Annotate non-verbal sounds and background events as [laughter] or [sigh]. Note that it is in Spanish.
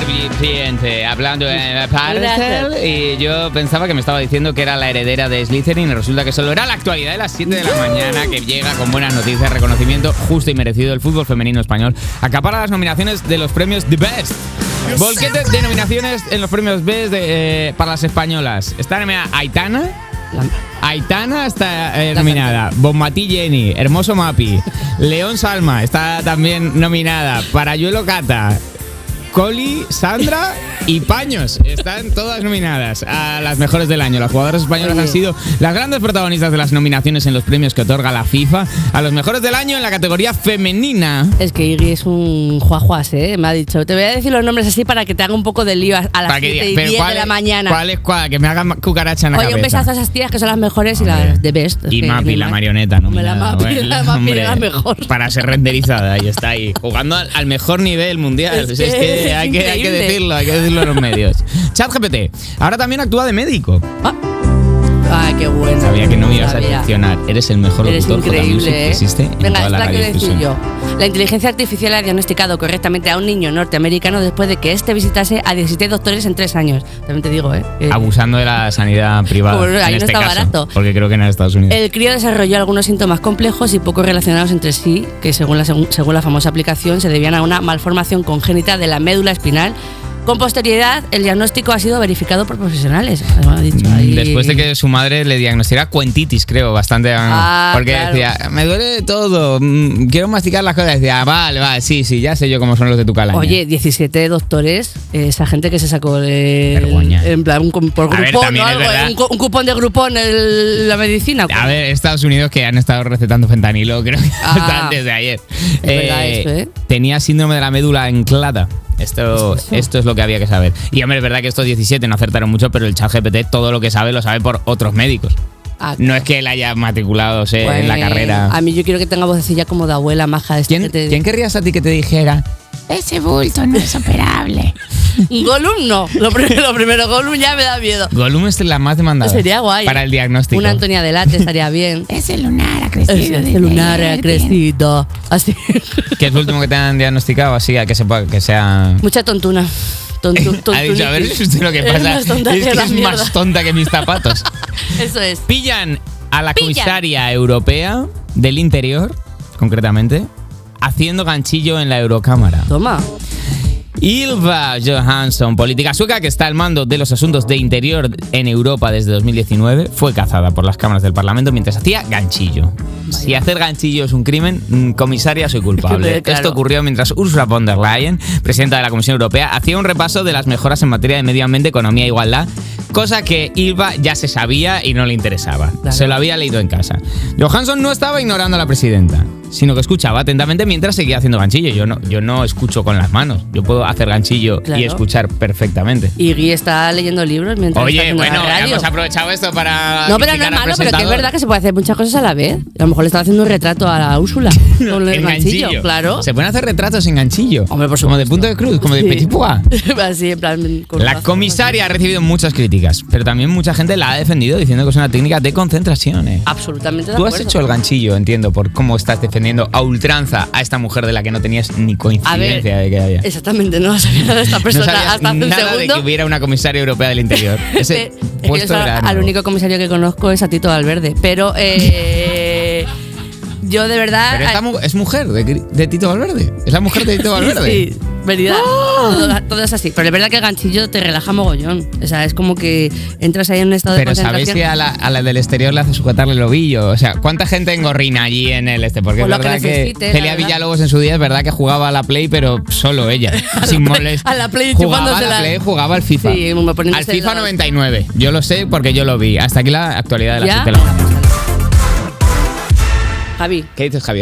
serpiente hablando en Parcel y yo pensaba que me estaba diciendo que era la heredera de Slytherin y resulta que solo era la actualidad de las 7 de la mañana que llega con buenas noticias, reconocimiento justo y merecido del fútbol femenino español. Acapara las nominaciones de los premios The Best. Volquete de nominaciones en los premios Best de, eh, para las españolas. Está nominada Aitana. Aitana está eh, nominada. Bonmatí Jenny, Hermoso Mapi. León Salma está también nominada. Parayuelo Cata. Coli, Sandra y Paños están todas nominadas a las mejores del año. Las jugadoras españolas han sido las grandes protagonistas de las nominaciones en los premios que otorga la FIFA a los mejores del año en la categoría femenina. Es que Iggy es un juajuas, ¿eh? Me ha dicho. Te voy a decir los nombres así para que te haga un poco de lío a a las Para que 7 y diga, pero 10 de ¿cuál la es- mañana. ¿Cuál es cuál? Que me hagan cucaracha en la Oye, un cabeza. besazo a esas tías que son las mejores y Hombre. las de best. Es Y que Mapi, mi la ma- marioneta, ¿no? Hombre, la Mira, Mapi, la Mapi hombre, era la mejor. Para ser renderizada y está ahí, jugando al, al mejor nivel mundial. Es Es que que es hay, que, hay que increíble. decirlo, hay que decirlo en los [laughs] medios. ChatGPT, ahora también actúa de médico. Ay, qué bueno. Sabía que no me ibas a Sabía. decepcionar. Eres el mejor Eres locutor J Music increíble, que ¿eh? existe en Venga, toda es la la que radio decir difusión. yo. La inteligencia artificial ha diagnosticado correctamente a un niño norteamericano después de que este visitase a 17 doctores en 3 años. También te digo, ¿eh? Que- Abusando de la [laughs] sanidad privada. Pues ahí en este no está caso, barato. Porque creo que en Estados Unidos. El crío desarrolló algunos síntomas complejos y poco relacionados entre sí, que según la, segun- según la famosa aplicación se debían a una malformación congénita de la médula espinal. Con posterioridad, el diagnóstico ha sido verificado por profesionales. Lo ha dicho ahí. Mm, Después de que su madre le diagnosticara cuentitis, creo, bastante. Ah, porque claro. decía, me duele todo, mm, quiero masticar las cosas. Decía, "Ah, vale, vale, sí, sí, ya sé yo cómo son los de tu calaña. Oye, 17 doctores, eh, esa gente que se sacó de. Vergüenza. En plan, un, cu- por A ver, grupón, también ¿no? es Algo, verdad. un, cu- un cupón de grupón en la medicina. A ver, Estados Unidos que han estado recetando fentanilo, [laughs] creo que Ah. hasta antes de ayer. verdad eso, ¿eh? Tenía síndrome de la médula anclada. Esto, esto es lo que había que saber. Y hombre, es verdad que estos 17 no acertaron mucho, pero el chat GPT todo lo que sabe lo sabe por otros médicos. Ah, No es que él haya matriculado sé, mm, en la pues, carrera. A mí yo quiero que tenga vocecilla como de abuela maja. este ¿Quién, que te- quién [laughs] querrías a ti que te dijera? Ese bulto no es operable. [laughs] Gollum no. Lo primero, lo primero, Gollum ya me da miedo. Gollum es la más demandada. Sería guay. ¿eh? Para el diagnóstico. Una Antonia Delate [laughs] estaría bien. Ese lunar ha Ese crecido. desde lunar ha ayer, crecido. [laughs] Así. Que es lo último que te han diagnosticado, así a que sepa que sea. Mucha tontuna. Tontu, [laughs] ha tontunitis. dicho, a ver si usted lo que Eres pasa. más tonta es que que la es mierda. más tonta que mis zapatos. Eso es. Pillan a la Pillan. comisaria europea del interior, concretamente, haciendo ganchillo en la Eurocámara. Toma. Ilva Johansson, política sueca que está al mando de los asuntos de interior en Europa desde 2019, fue cazada por las cámaras del Parlamento mientras hacía ganchillo. Si hacer ganchillo es un crimen, mm, comisaria soy culpable. Claro. Esto ocurrió mientras Ursula von der Leyen, presidenta de la Comisión Europea, hacía un repaso de las mejoras en materia de medio ambiente, economía e igualdad, cosa que Ilva ya se sabía y no le interesaba. Claro. Se lo había leído en casa. Johansson no estaba ignorando a la presidenta, sino que escuchaba atentamente mientras seguía haciendo ganchillo. Yo no, yo no escucho con las manos. Yo puedo hacer ganchillo Claro. y escuchar perfectamente. Y Gui está leyendo libros mientras está Oye, haciendo bueno, la radio. hemos aprovechado esto para. No, pero criticar no es al malo, pero que es presentador. verdad que se puede hacer muchas cosas a la vez. A lo mejor le estaba haciendo un retrato a la [laughs] Úrsula con el En ganchillo, claro. Se pueden hacer retratos en ganchillo. Hombre, por Como de supuesto. punto de cruz, como de Sí. petit pois. [laughs] Así, en plan. con La brazos, comisaria ha recibido muchas críticas, pero también mucha gente la ha defendido diciendo que es una técnica de concentración. eh. así. Absolutamente Ah, de Tú has acuerdo. hecho el ganchillo, entiendo, por cómo estás defendiendo a ultranza a esta mujer de la que no tenías ni A ver, coincidencia de que había. exactamente, no sabía nada de esta no persona sabías hasta hace un nada de que segundo. hubiera una comisaria europea del interior. Ese Sí, [laughs] es que puesto yo era solo- al nuevo. único comisario que conozco es a Tito Valverde. Pero eh, yo de verdad. Pero esta mu- es mujer de, de Tito Valverde. Es la mujer de Tito Valverde. [laughs] ¡Ah! Sí, venida. Todo, todo es así. Pero es verdad que el ganchillo te relaja mogollón. O sea, es como que entras ahí en un estado Pero de sabéis concentración. que a la, a la del exterior le hace sujetarle el ovillo. O sea, ¿cuánta gente engorrina allí en el este? Porque Pues es lo que verdad que, necesite, la Celia verdad. Villalobos en su día es verdad que jugaba a la Play, pero solo ella. sin Play- molest- [laughs] a la Play Jugaba a la chupándosela. Play, jugaba al FIFA. Sí, me poniéndose al FIFA los- 99. Yo lo sé porque yo lo vi. Hasta aquí la actualidad de la ¿Ya? gente. de la mañana. Javi, ¿Qué dices, Javier?